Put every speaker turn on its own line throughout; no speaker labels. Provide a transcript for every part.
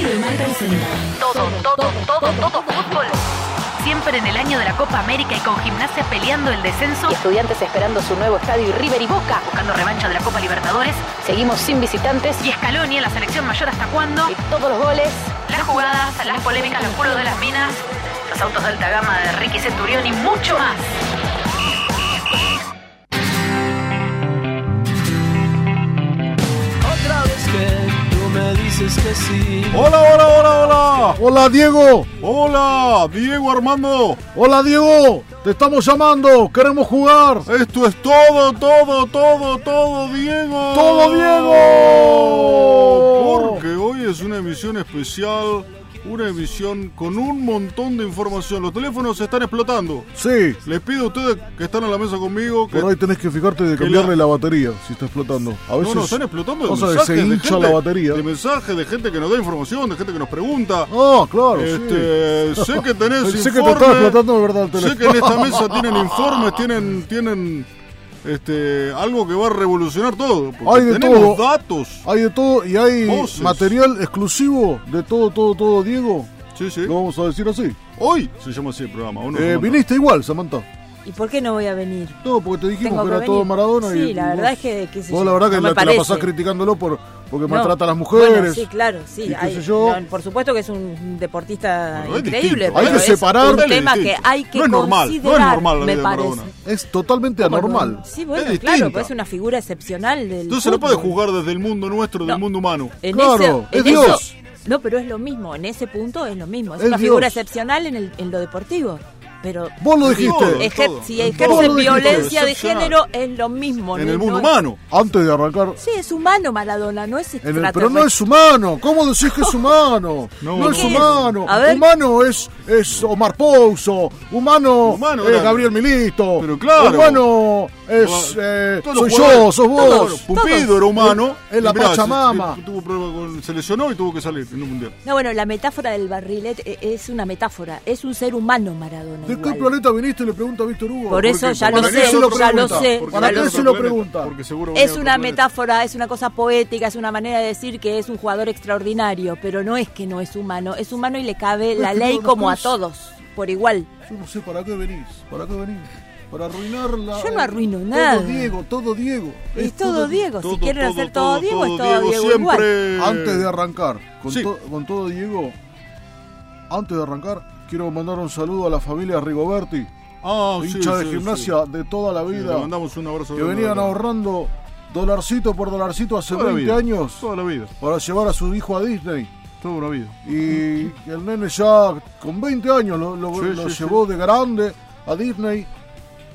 presenta todo, todo, todo, todo fútbol. Siempre en el año de la Copa América y con gimnasia peleando el descenso.
Y estudiantes esperando su nuevo estadio y River y Boca.
Buscando revancha de la Copa Libertadores.
Seguimos sin visitantes.
Y Escalonia, la selección mayor hasta cuándo.
Y todos los goles.
Las jugadas, las polémicas, los culos de las minas. Los autos de alta gama de Ricky Centurión y mucho más.
Otra vez que tú me dices que sí.
Hola, hola, hola, hola.
Hola Diego,
Hola, Diego Armando.
hola Diego, te estamos llamando, queremos jugar.
Esto es todo, todo, todo, todo, Diego.
¡Todo, Diego!
Porque hoy es una emisión especial, una emisión con un montón de información. Los teléfonos se están explotando.
Sí,
Les pido a ustedes que están a la mesa conmigo que
por ahí tenés que fijarte de
que
cambiarle la batería si está explotando. A
no
veces
nos están explotando de
pasa que
mensajes
se
de
hincha
gente-
la batería.
de mensajes de gente que nos da información, de gente que nos pregunta.
Ah, claro,
Este,
sí.
sé que tenés
Pensé que te
informe.
estaba explotando de verdad el
Sé
teléfono.
que en esta mesa tienen informes, tienen, tienen este, algo que va a revolucionar todo. porque
Hay de
tenemos
todo.
datos.
Hay de todo y hay
Voces.
material exclusivo de todo, todo, todo, Diego.
Sí, sí.
Lo vamos a decir así.
Hoy se llama así el programa. ¿o no,
Eh,
Samantha?
viniste igual, Samantha.
¿Y por qué no voy a venir?
No, porque te dijimos
Tengo
que
que
era
venir.
todo Maradona.
Sí,
y, y
la
vos-
verdad es que, qué sé
Vos
yo,
la verdad que
no me
la- te la
parece.
pasás criticándolo por, porque
No.
maltrata a las mujeres.
Bueno, sí, claro,
y
sí.
qué
hay-
sé yo.
no, por supuesto que es un deportista
Bueno, es
increíble,
distinto, ¿eh?
pero
hay que
es
separar-
un tema que
distinto.
hay que
No es normal, no es
considerar,
normal la
me
vida de
parece.
Maradona.
Es totalmente
¿Cómo no?
anormal.
Sí, bueno,
Es
claro,
distinta.
pues es una figura excepcional del
Entonces no puedes
fútbol.
jugar desde el mundo nuestro, del
No.
mundo humano.
En
Claro,
ese-
es
en eso-
Dios.
no, pero es lo mismo, en ese punto es lo mismo. Es,
Es
una figura
Dios.
excepcional en, el- en lo deportivo. Pero
Vos lo
Todo,
dijiste.
es-
ejer-
todo,
si
en
todo. Vos
ejerce
lo dijiste,
violencia de
excepcional.
género es lo mismo.
en
no-
el mundo
no es-
humano.
Antes de arrancar.
Sí, es humano Maradona, no es
en el-
extraterrestre.
pero no es humano. ¿Cómo decís que es humano?
No,
No,
no.
es
¿Qué?
humano.
A ver.
Humano es, es Omar Pouso. Humano,
Humano
es
era-
Gabriel Milito.
Pero claro.
Humano es.
Todos
eh,
los
soy yo,
jugadores-
sos
Todos,
vos.
Pumpido era humano.
Es la
Y mirá, se-
Pachamama.
se- Tuvo prueba con, se lesionó y tuvo que salir en un mundial.
No, bueno, la metáfora del barrilete eh, es una metáfora, es un ser humano Maradona.
¿De qué
igual.
planeta viniste? Le pregunta a Víctor Hugo.
Por eso
Porque-
ya
porque
lo
venía de
sé,
otro
ya lo
planeta,
sé.
porque
¿Para
venía de
qué
otro
se lo
planeta,
pregunta?
porque seguro venía de
Es
otro
una
planeta.
metáfora, es una cosa poética, es una manera de decir que es un jugador extraordinario, pero no es que no es humano, es humano y le cabe
Pero
la
es que
ley
no, no
como a
es-
todos, por igual.
Yo no sé para qué venís. ¿Para qué venís? Para arruinarla.
Yo no arruino nada.
Todo Diego, todo Diego.
Es todo Diego,
Todo,
si quieren hacer todo, Diego, es todo Diego, igual.
siempre.
Antes de arrancar, con,
Sí.
to- con todo Diego, antes de arrancar, quiero mandar un saludo a la familia Rigoberti,
Ah, sí,
hincha de
sí, sí.
gimnasia de toda la
Sí,
vida,
le mandamos un abrazo.
que
grande,
venían
grande.
ahorrando dolarcito por dolarcito hace
Toda la
20
vida,
años
Toda la vida,
para llevar a su hijo a Disney.
toda la vida.
Y el nene ya con 20 años lo, lo-
Mm. Sí,
lo
sí,
llevó de grande a Disney.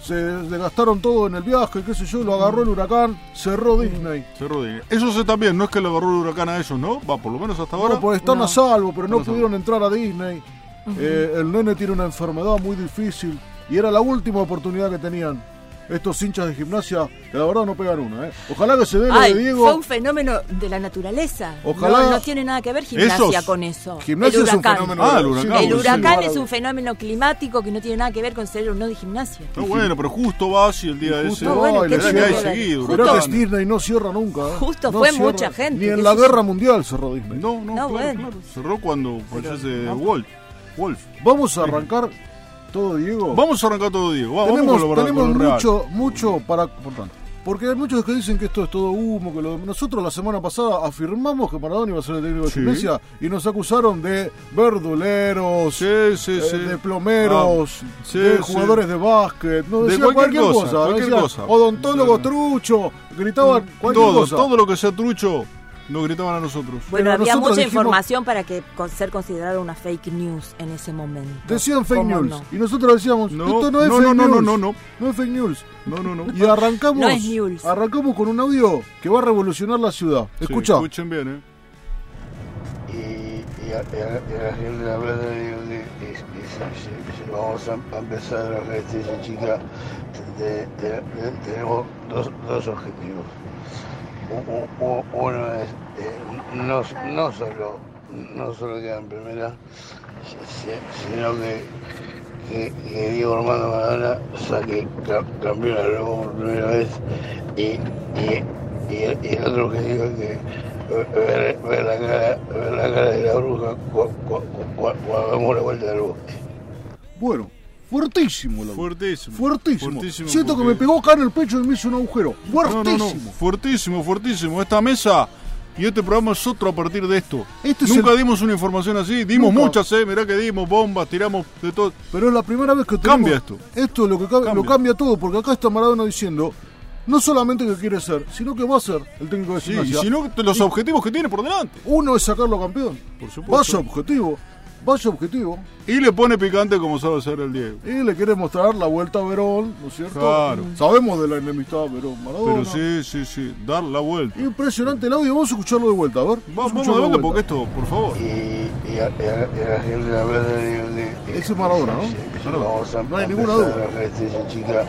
Se le gastaron todo en el viaje, qué sé yo, lo agarró el huracán, cerró
Mm.
Disney.
Se rodilla. Eso sé también, no es que le agarró el huracán a ellos, ¿no? Va, por lo menos hasta ahora.
Bueno, pues están
No.
a salvo, pero no
Están a
pudieron entrar a Disney. Eh, el nene tiene una enfermedad muy difícil y era la última oportunidad que tenían estos hinchas de gimnasia, que la verdad no pegan una. ¿eh? Ojalá que se dé lo de
Ay, fue
Diego.
un fenómeno de la naturaleza.
Ojalá-
No, no tiene nada que ver gimnasia
Esos-
con eso.
Gimnasia
El
es un
huracán.
fenómeno.
Ah, el
sí,
huracán,
sí,
El
sí.
huracán
sí.
es un fenómeno climático que no tiene nada que ver con ser o no de gimnasia.
Pero bueno, pero justo va si el día
Y
de ese.
justo
No, bueno,
va y
¿qué
le
tiene
llega
que
ahí
ver?
seguido,
Justo-
Mirá
huracán.
que Disney no cierra nunca. ¿eh?
Justo
No
fue
cierra.
mucha gente,
Ni en
qué
la
sé yo.
guerra mundial cerró Disney.
No, no,
No,
claro,
bueno.
claro. Cerró cuando fallece Wolf. Wolf.
Vamos a arrancar todo, Diego.
Vamos a arrancar todo, Diego. Va,
tenemos
Ah, vamos con lo,
tenemos
con lo real.
mucho, mucho para contar. Porque hay muchos que dicen que esto es todo humo, que lo- nosotros la semana pasada afirmamos que Maradona iba a ser el técnico de
Sí.
Gimnasia y nos acusaron de verduleros,
Sí, sí,
eh,
sí.
de plomeros,
Ah, sí,
de
sí.
jugadores de básquet, no,
De
decían
cualquier
cualquier,
cosa,
cosa,
cualquier
decían
cosa.
odontólogo
Sí. Mm,
trucho, gritaban cualquier
Todo,
cosa.
todo lo que sea trucho, nos gritaban a nosotros.
Bueno,
Pero
había
nosotros
mucha
dijimos-
información para que con ser considerada una fake news en ese momento.
Decían fake
¿Cómo
news
no?
y nosotros decíamos,
No,
esto no es
no,
fake
no, no,
news.
no, no, no.
no es fake news.
No, no, no.
Y arrancamos,
No es news.
arrancamos con un audio que va a revolucionar la ciudad. Escucha.
Sí, escuchen bien, ¿eh?
y, y a- y a- y a la gente la verdad le digo que y- y se- se- se- vamos a, a empezar a gente y chica de- de- de- tenemos dos, dos objetivos U- u- u- uno es eh, no, no solo no solo quedar en primera si- sino que que, que Diego Armando Maradona saque ca- campeón al globo por primera vez y, y, eh, y, y el otro que digo que ver, ver la cara, ver la cara de la bruja cu- damos la vuelta del bosque.
Bueno, fuertísimo el agujero.
Fuertísimo.
Fuertísimo.
Fuertísimo
Siento que
porque-
me pegó acá en el pecho y me hizo un agujero.
No,
Fuertísimo.
no, no, fuertísimo, fuertísimo. Esta mesa y este programa es otro a partir de esto.
Este es
Nunca
el-
dimos una información así, dimos
Nunca.
muchas, eh. Mirá que dimos bombas, tiramos de todo.
Pero es la primera vez que tenemos...
Cambia esto.
Esto es lo que cabe-
Cambia.
lo cambia todo, porque acá está Maradona diciendo no solamente que quiere ser, sino que va a ser el técnico de
Sí, y
gimnasia.
si no, los objetivos que tiene por delante.
Uno es sacarlo campeón.
Por supuesto.
Vaya objetivo. Vaya objetivo.
Y le pone picante como sabe hacer el Diego.
Y le quiere mostrar la vuelta a Verón, ¿no es cierto?
Claro.
Sabemos de la enemistad Verón-Maradona.
Pero sí, sí, sí, dar la vuelta.
Impresionante el audio, vamos a escucharlo de vuelta, a ver.
Va- Vamos de
a
vuelta porque esto, por favor.
Y, y, a, y, a, y a la gente la verdad de,
Ese es Maradona, ¿no?
Vamos a
No hay ninguna duda.
empezar a gente de chica.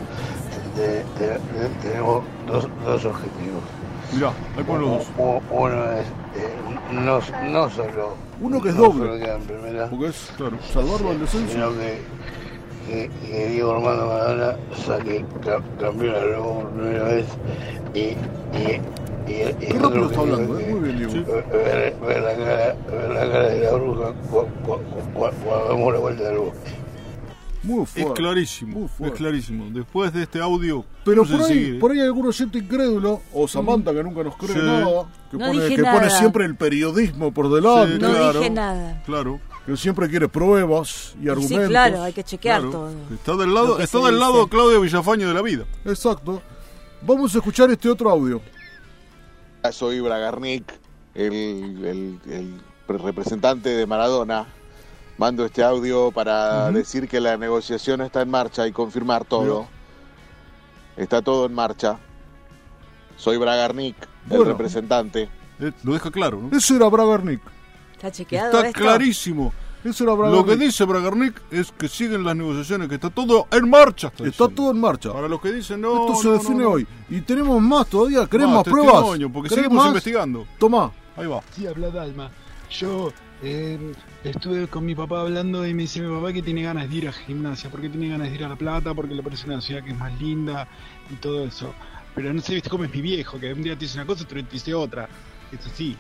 de- de- de- tenemos dos, dos objetivos.
Mirá, ahí ponen los dos.
U- Uno es eh, no, no solo
Uno que es
no
doble.
solo queda en primera,
Porque es, claro, salvarlo del descenso.
sino que, que, que Diego Armando Maradona saque ca- campeón al globo por primera vez y, y, y, y
Qué
otro
rápido está
objetivo
hablando,
que-
¿eh? Muy bien, Diego.
Sí.
ver, ver la cara, ver la cara de la bruja cu- cu- cu- cu- cuando damos la vuelta del bosque.
Muy
Es
fuerte.
clarísimo,
Muy
es
fuerte.
clarísimo. Después de este audio,
Pero
no sé
por ahí,
si-
por ahí hay algún oyente incrédulo, o Samantha que nunca nos cree
Sí.
nada, que,
No
pone,
dije
que pone
nada.
siempre el periodismo por delante,
Sí,
No
claro.
dije nada.
Claro.
que siempre quiere pruebas y
Sí,
argumentos.
claro, hay que chequear
Claro.
todo.
Está del
Lo
lado,
que
está
se
del
dice.
lado Claudio Villafañe de la vida.
Exacto. Vamos a escuchar este otro audio.
Soy Bragarnik, el, el- el representante de Maradona. Mando este audio para decir que la negociación está en marcha y confirmar todo. Está todo en marcha. Soy Bragarnik, el
Bueno.
representante.
Eh, lo deja claro, ¿no?
Eso era Bragarnik.
¿Está chequeado
Está
esto?
clarísimo.
Eso era
Lo
Bragarnik.
que dice Bragarnik es que siguen las negociaciones, que está todo en marcha. está
Está
diciendo.
todo en marcha.
Para los que dicen no.
Esto se
no, no,
define
no.
hoy. Y tenemos más todavía. ¿Querés
Más
más, pruebas?
testimonio, Porque
¿Querés
seguimos
más?
investigando.
Tomá.
Ahí va.
Sí, habla Dalma. Yo eh, estuve con mi papá hablando y me dice mi papá que tiene ganas de ir a gimnasia, porque tiene ganas de ir a La Plata, porque le parece una ciudad que es más linda y todo eso. Pero no sé, viste cómo es mi viejo, que un día te dice una cosa y otro día te dice otra. Eso sí.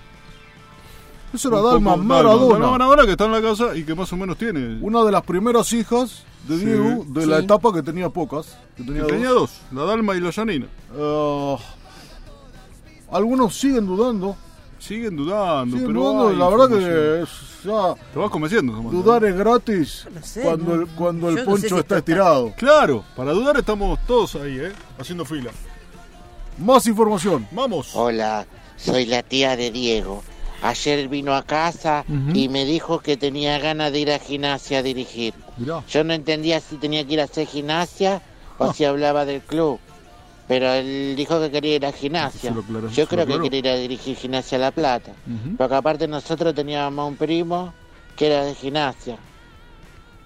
Eso era
Un poco
Dalma
Dalma
Maradona.
Maradona que está en la casa y que más o menos tiene.
Una de las primeras hijas de
Sí.
Diego, de la
Sí.
etapa que tenía pocas. Que
que
tenía
tenía
dos.
dos, la Dalma y la Janina.
Ah, algunos siguen dudando.
Siguen dudando,
Siguen
pero.
dudando.
hay
La verdad
información.
que es- ya,
Te vas convenciendo, Samantha.
dudar es gratis
No sé,
cuando
no.
el, cuando el
Yo no sé
poncho
si
está
esto está-
estirado.
Claro, para dudar estamos todos ahí, ¿eh? Haciendo fila.
Más información.
Vamos.
Hola, soy la tía de Diego. Ayer vino a casa y me dijo que tenía ganas de ir a gimnasia a dirigir.
Mirá.
Yo no entendía si tenía que ir a hacer gimnasia o si hablaba del club. Pero él dijo que quería ir a
Se
gimnasia.
lo aclaró, se
Yo
lo
creo que
aclaró.
quería ir a dirigir gimnasia a La Plata. Porque aparte nosotros teníamos un primo que era de gimnasia.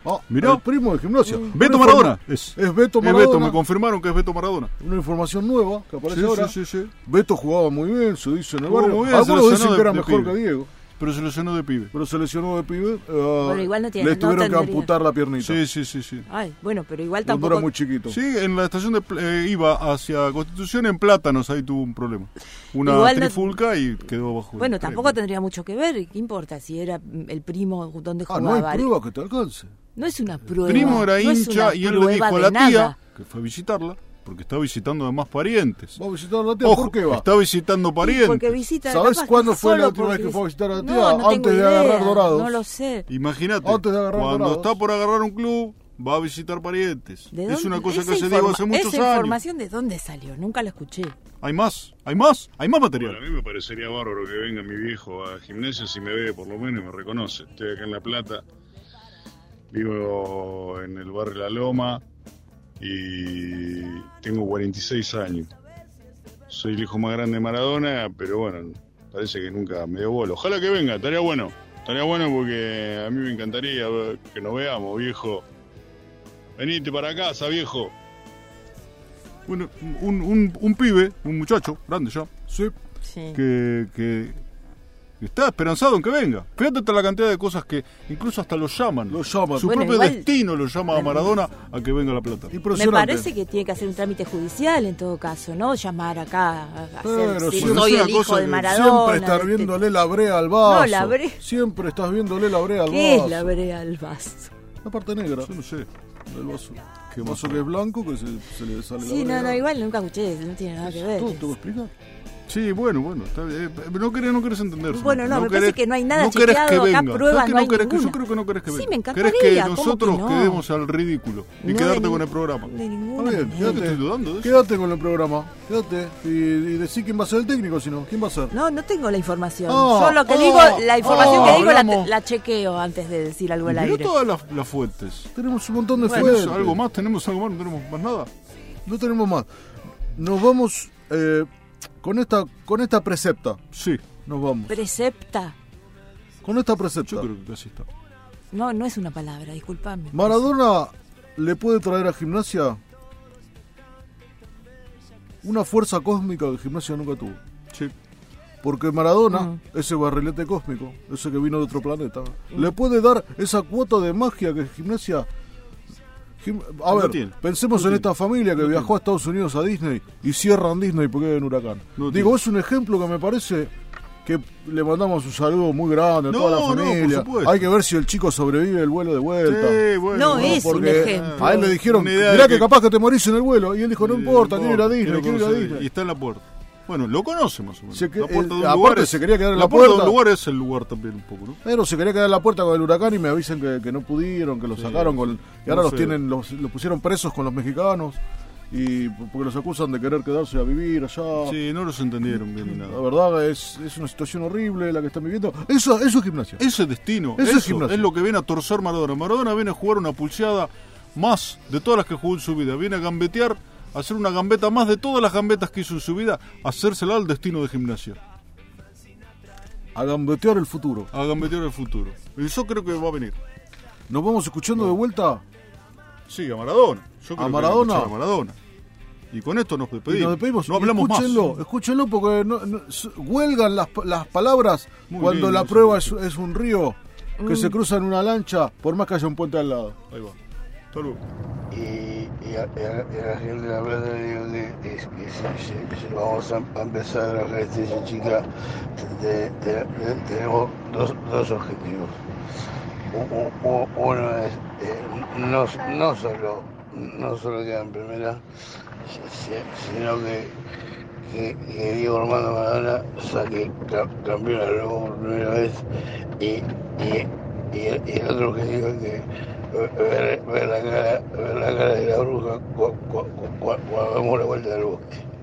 Ah,
Mirá. Mm.
El primo de gimnasia.
Beto
Una
Maradona.
informa-
Es,
Es Beto
es
Maradona.
Beto, me confirmaron que es Beto Maradona.
Una información nueva que aparece
Sí,
ahora.
sí, sí, sí.
Beto jugaba muy bien, se dice en el
Jugó
barrio.
muy bien,
Algunos
se lesionó
dicen que
de-
era
de
mejor
pibe.
que Diego,
Pero se lesionó de pibe.
pero se lesionó de pibe. eh,
igual no tiene-
le
no
tuvieron que
tendría.
amputar la piernita.
Sí, sí, sí, sí.
Ay, bueno, pero igual
cuando
tampoco...
era muy chiquito.
Sí, en la estación de Pl- eh, iba hacia Constitución en Plátanos, ahí tuvo un problema. Una
Igual no-
trifulca y quedó bajo. el
Bueno,
tren.
tampoco tendría mucho que ver, ¿qué importa si era mm, el primo donde
Ah,
jugaba?
no hay prueba que te alcance.
No es una prueba.
Primo era
no es
hincha
una
y él le dijo
prueba
a
de
la tía
nada.
que fue a visitarla, porque está visitando además parientes.
Va a visitar a la tía,
Ojo,
¿por qué va?
está visitando parientes.
Porque visita
¿Sabés
capaz que
cuándo fue la
solo
última vez
porque
que fue a visitar a la
No,
tía?
no tengo
Antes de
idea,
agarrar dorados.
No lo sé.
Imagínate,
Antes de agarrar
cuando
dorados.
está por agarrar un club, va a visitar parientes.
¿De
Es
dónde-
una cosa
esa
que se dijo
informa-
hace muchos
¿Esa
años.
información de dónde salió? Nunca la escuché.
Hay más, hay más, hay más
Bueno, a mí
material.
me parecería bárbaro que venga mi viejo a gimnasia si me ve por lo menos y me reconoce. Estoy acá en La Plata, vivo en el barrio La Loma y tengo 46 años. Soy el hijo más grande de Maradona, pero bueno, parece que nunca me dio bola. Ojalá que venga, estaría bueno. Estaría bueno porque a mí me encantaría ver- que nos veamos, viejo. Venite para casa, viejo.
Bueno, un, un- un pibe, un muchacho, grande ya,
Sí.
Sí.
que, que Está esperanzado en que venga. Fíjate hasta la cantidad de cosas que incluso hasta lo llaman. Lo
llaman.
Su
Bueno,
propio
igual-
destino lo llama a Maradona a que venga a La Plata.
Me parece que tiene que hacer un trámite judicial en todo caso, ¿no? Llamar acá a hacer
Pero
decir,
si es
soy
una
el hijo
cosa
de
que
Maradona.
Siempre estar viéndole la brea al vaso.
No, la brea.
Siempre estás viéndole la brea al
¿Qué
vaso.
es la brea al vaso?
La parte negra. Yo
no sé.
Del vaso. Que vaso que es blanco que se, se le sale
Sí,
la
no,
brea.
no, igual nunca escuché, no tiene nada que ver.
¿Tú te lo explicas?
Sí, bueno, bueno, está bien. Eh, No querés, no querés entender.
Bueno, no, me parece que no hay nada
no querés que
chequeado, acá
venga.
pruebas
¿Sabés que
no hay
querés que- yo
ninguna.
creo que no querés que
Sí,
venga.
me
Querés que
encantaría, ¿cómo
nosotros
que no?
quedemos al ridículo y
No,
quedarte
de
con
ni-
el programa.
de
Está
ninguna
bien,
manera.
yo te estoy dudando de eso.
Quédate con el programa. Quédate. Y, y decí quién va a ser el técnico, si no. ¿Quién va a ser?
No, no tengo la información.
Ah,
Yo lo que
ah,
digo, la información
ah,
que digo la,
hablamos.
la chequeo antes de decir algo al
Mirá
aire.
todas las, las fuentes.
Tenemos un montón de
Bueno,
fuentes.
algo más, tenemos algo más, no tenemos más nada.
No tenemos más. Nos vamos eh, con esta con esta precepta.
Sí.
Nos vamos.
Precepta.
Con esta precepta.
Yo creo que así está.
No, no es una palabra, disculpame.
Maradona le puede traer a gimnasia una fuerza cósmica que gimnasia nunca tuvo.
Sí.
Porque Maradona,
Mm.
ese barrilete cósmico, ese que vino de otro planeta,
Mm.
le puede dar esa cuota de magia que gimnasia... Gim- a
No
ver,
tiene.
pensemos
No
en
tiene.
esta familia que viajó a Estados Unidos a Disney y cierran Disney porque hay un huracán.
No
Digo, es un ejemplo que me parece que le mandamos un saludo muy grande a
No,
toda la
no, por
familia.
supuesto.
Hay que ver si el chico sobrevive el vuelo de vuelta.
Sí, bueno. No es un
porque
ejemplo.
A él le dijeron,
Una idea de
mirá que...
que-
capaz que te morís en el vuelo. Y él dijo, no importa, quiero ir a Disney,
Quiero
quiero ir a
conocer-
Disney.
Y está en la puerta. Bueno, lo conoce más o menos.
Se que-
la puerta de un
el-
lugar
aparte
es-
se quería quedar en la
puerta. de un
puerta.
lugar es el lugar también un poco, ¿no?
Pero se quería quedar en la puerta con el huracán y me avisan que, que no pudieron, que lo sacaron con y ahora
No
los
sé.
tienen los, los pusieron presos con los mexicanos y p- porque los acusan de querer quedarse a vivir allá.
Sí, no los entendieron bien ni nada.
La verdad es, es una situación horrible la que están viviendo. Eso, eso es gimnasia.
Ese destino,
Eso es
eso,
gimnasia.
es lo que viene a torcer Maradona. Maradona viene a jugar una pulseada más de todas las que jugó en su vida. Viene a gambetear, a hacer una gambeta más de todas las gambetas que hizo en su vida, a hacérsela al destino de gimnasia,
A gambetear el futuro.
a gambetear el futuro. Y yo creo que va a venir.
Nos vamos escuchando de vuelta
Sí, a Maradona. Yo creo
¿A
que hay que
Maradona?
escuchar a Maradona. Y con esto nos despedimos.
y nos despedimos.
No hablamos
escúchenlo,
más.
escúchenlo porque no- no- s- huelgan las, pa- las palabras
Muy
cuando
lindo
la
eso,
prueba es, es un río que
Mm.
se cruza en una lancha, por más que haya un puente al lado.
Ahí va. Hasta luego.
y, y, a, y a- y a la gente la verdad le digo que es- que si- si- si vamos a a empezar a gente chica de- de- de- tenemos dos, dos objetivos U- u- u- uno es eh, no, no solo no solo queda en primera si- si- sino que que, que Diego Armando Maradona saque ca- campeón al mundo por primera vez y, y, y el, y el otro objetivo es que eh, ver, ver la cara, ver la cara de la bruja cu- cu- cu- cu- cuando damos la vuelta del bosque.